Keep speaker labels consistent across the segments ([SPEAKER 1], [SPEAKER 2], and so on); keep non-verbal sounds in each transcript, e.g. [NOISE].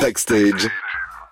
[SPEAKER 1] Backstage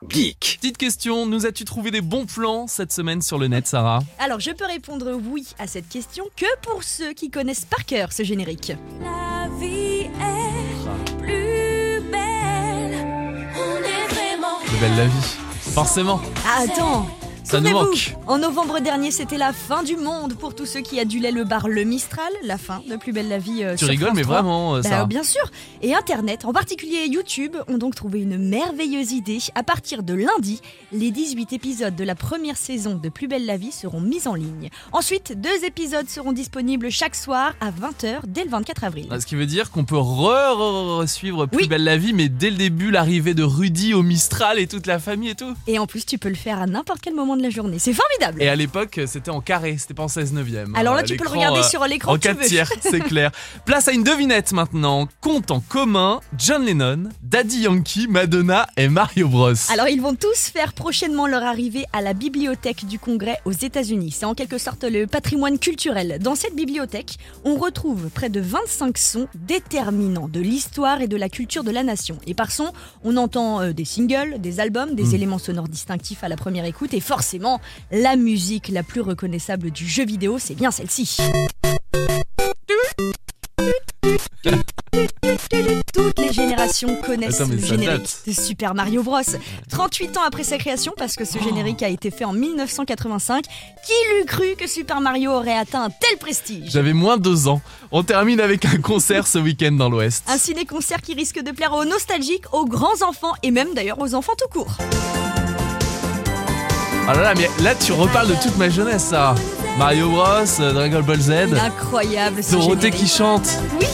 [SPEAKER 1] Geek.
[SPEAKER 2] Petite question, nous as-tu trouvé des bons plans cette semaine sur le net, Sarah
[SPEAKER 3] Alors je peux répondre oui à cette question que pour ceux qui connaissent par cœur ce générique.
[SPEAKER 4] La vie est plus belle. On est vraiment.
[SPEAKER 2] Plus belle la vie. Forcément,
[SPEAKER 3] Ah, attends
[SPEAKER 2] Ça nous
[SPEAKER 3] Souvenez-vous,
[SPEAKER 2] manque.
[SPEAKER 3] En novembre dernier, c'était la fin du monde pour tous ceux qui adulaient le bar Le Mistral, la fin de Plus Belle la Vie. euh,
[SPEAKER 2] tu
[SPEAKER 3] sur
[SPEAKER 2] rigoles,
[SPEAKER 3] France
[SPEAKER 2] mais
[SPEAKER 3] 3.
[SPEAKER 2] vraiment, euh,
[SPEAKER 3] Bah,
[SPEAKER 2] Sarah.
[SPEAKER 3] bien sûr. Et Internet, en particulier YouTube, ont donc trouvé une merveilleuse idée. À partir de lundi, les 18 épisodes de la première saison de Plus belle la vie seront mis en ligne. Ensuite, deux épisodes seront disponibles chaque soir à 20h dès le 24 avril.
[SPEAKER 2] Ah, Ce qui veut dire qu'on peut re, re- re- suivre Plus
[SPEAKER 3] Oui.
[SPEAKER 2] belle la vie, mais dès le début, l'arrivée de Rudy au Mistral et toute la famille et tout.
[SPEAKER 3] Et en plus, tu peux le faire à n'importe quel moment de la journée. C'est formidable.
[SPEAKER 2] Et à l'époque, c'était en carré, c'était pas en 16 neuvième.
[SPEAKER 3] Alors là,
[SPEAKER 2] Euh,
[SPEAKER 3] tu peux le
[SPEAKER 2] l'écran,
[SPEAKER 3] regarder
[SPEAKER 2] euh,
[SPEAKER 3] sur l'écran
[SPEAKER 2] En
[SPEAKER 3] que tu
[SPEAKER 2] 4
[SPEAKER 3] veux.
[SPEAKER 2] tiers, c'est
[SPEAKER 3] [LAUGHS]
[SPEAKER 2] clair. Place à une devinette maintenant. Compte en commun, John Lennon, Daddy Yankee, Madonna et Mario Bros.
[SPEAKER 3] Alors ils vont tous faire prochainement leur arrivée à la bibliothèque du Congrès aux États-Unis. C'est en quelque sorte le patrimoine culturel. Dans cette bibliothèque, on retrouve près de 25 sons déterminants de l'histoire et de la culture de la nation. Et par son, on entend euh, des singles, des albums, des
[SPEAKER 2] Mm.
[SPEAKER 3] éléments sonores distinctifs à la première écoute et forcément la musique la plus reconnaissable du jeu vidéo, c'est bien celle-ci. Toutes les générations connaissent
[SPEAKER 2] Attends, mais
[SPEAKER 3] le
[SPEAKER 2] ça
[SPEAKER 3] générique
[SPEAKER 2] date.
[SPEAKER 3] de Super Mario Bros. 38 ans après sa création, parce que ce générique a été fait en 1985, qui l'eût cru que Super Mario aurait atteint un tel prestige
[SPEAKER 2] J'avais moins de deux ans. On termine avec un concert ce week-end dans l'Ouest.
[SPEAKER 3] un ciné-concert qui risque de plaire aux nostalgiques, aux grands-enfants et même d'ailleurs aux enfants tout court.
[SPEAKER 2] Ah là là, mais là tu reparles de toute ma jeunesse, ça. Mario Bros, euh, Dragon Ball Z,
[SPEAKER 3] Ah, Incroyable ce
[SPEAKER 2] Dorothée
[SPEAKER 3] générique.
[SPEAKER 2] qui chante.
[SPEAKER 3] Oui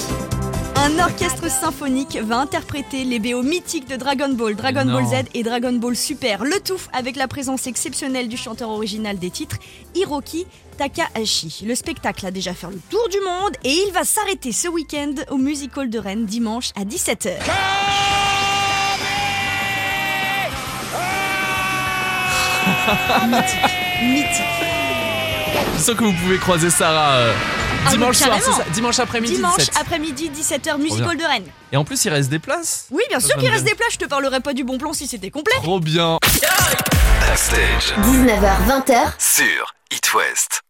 [SPEAKER 3] un orchestre symphonique va interpréter les BO mythiques de Dragon Ball, Dragon
[SPEAKER 2] Non.
[SPEAKER 3] Ball Z et Dragon Ball Super. Le tout avec la présence exceptionnelle du chanteur original des titres, Hiroki Takahashi. Le spectacle a déjà fait le tour du monde et il va s'arrêter ce week-end au Music Hall de Rennes dimanche à 17h. mythique, mythique.
[SPEAKER 2] Je sens que vous pouvez croiser Sarah euh,
[SPEAKER 3] Ah,
[SPEAKER 2] dimanche
[SPEAKER 3] mais
[SPEAKER 2] soir, c'est
[SPEAKER 3] carrément.
[SPEAKER 2] ça Dimanche après-midi,
[SPEAKER 3] Dimanche
[SPEAKER 2] 17.
[SPEAKER 3] après-midi, 17h, Music
[SPEAKER 2] Trop
[SPEAKER 3] Hall de Rennes.
[SPEAKER 2] Et en plus, il reste des places.
[SPEAKER 3] Oui, bien
[SPEAKER 2] Ça
[SPEAKER 3] sûr qu'il
[SPEAKER 2] sonne
[SPEAKER 3] reste
[SPEAKER 2] bien.
[SPEAKER 3] des plages, je te parlerai pas du bon plan si c'était complet.
[SPEAKER 2] Trop bien.
[SPEAKER 1] Backstage
[SPEAKER 5] 19h, 20h.
[SPEAKER 1] sur It West.